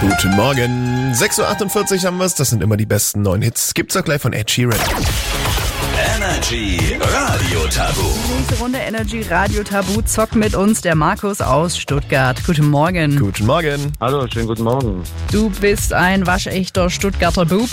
Guten Morgen. 6.48 Uhr haben wir's. Das sind immer die besten neuen Hits. Gibt's auch gleich von Ed Sheeran. Energy Radio Tabu. Nächste Runde Energy Radio Tabu zockt mit uns der Markus aus Stuttgart. Guten Morgen. Guten Morgen. Hallo, schönen guten Morgen. Du bist ein waschechter Stuttgarter Bub.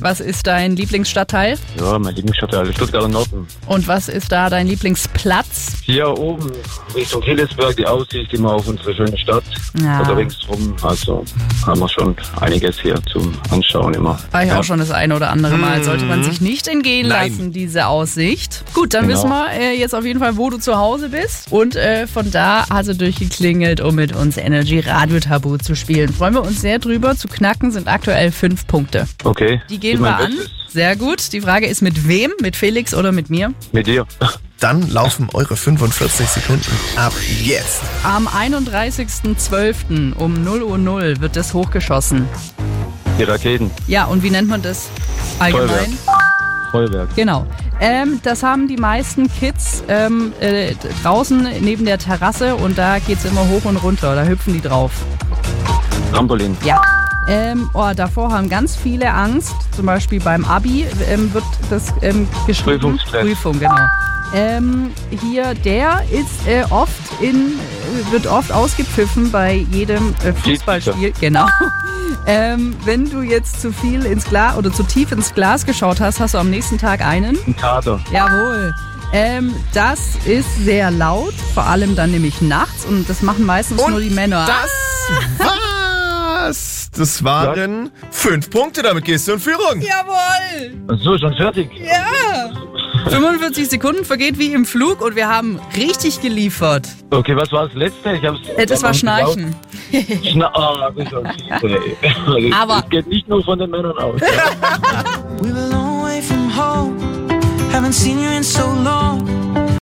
Was ist dein Lieblingsstadtteil Ja, mein Lieblingsstadt, also Stuttgart und Norden. und was ist da dein Lieblingsplatz? Hier oben Richtung Hillesberg, die Aussicht immer auf unsere schöne Stadt. Ja. Oder ringsrum, also haben wir schon einiges hier zum Anschauen immer. War Ah, ich auch schon das eine oder andere Mal. Sollte man sich nicht entgehen Nein. lassen, diese Aussicht. Gut, dann Genau. wissen wir äh, jetzt auf jeden Fall, wo du zu Hause bist. Und äh, von da hast du durchgeklingelt, um mit uns Energy Radio Tabu zu spielen. Freuen wir uns sehr drüber. Zu knacken sind aktuell fünf Punkte. Okay. Die gehen Gib wir mein an. Bestes. Sehr gut. Die Frage ist, mit wem? Mit Felix oder mit mir? Mit dir. Dann laufen eure 45 Sekunden ab jetzt. Am 31.12. um 0 Uhr 0 wird das hochgeschossen. Die Raketen. Ja, und wie nennt man das allgemein? Feuerwerk. Feuerwerk. Genau. Ähm, das haben die meisten Kids ähm, äh, d- draußen neben der Terrasse und da geht's immer hoch und runter. Da hüpfen die drauf. Trampolin. Ja. Ähm, oh, davor haben ganz viele Angst. Zum Beispiel beim Abi ähm, wird das ähm, geschrieben. Prüfungsstress. Prüfung, genau. Ähm, hier, der ist äh, oft in, äh, wird oft ausgepfiffen bei jedem äh, Fußballspiel. Genau. Ähm, wenn du jetzt zu viel ins Glas oder zu tief ins Glas geschaut hast, hast du am nächsten Tag einen. Ein Kater. Jawohl. Ähm, das ist sehr laut, vor allem dann nämlich nachts und das machen meistens nur die Männer. Das war's. Das waren fünf Punkte. Damit gehst du in Führung. Ah, Jawohl! So, schon fertig. Ja! 45 Sekunden vergeht wie im Flug und wir haben richtig geliefert. Okay, was war das letzte? Ich hab's. Äh, Das war Schnarchen. Schna ah, das ist okay. Aber- Es geht nicht nur von den Männern aus. We were a long way from home. Haven't seen you in so long.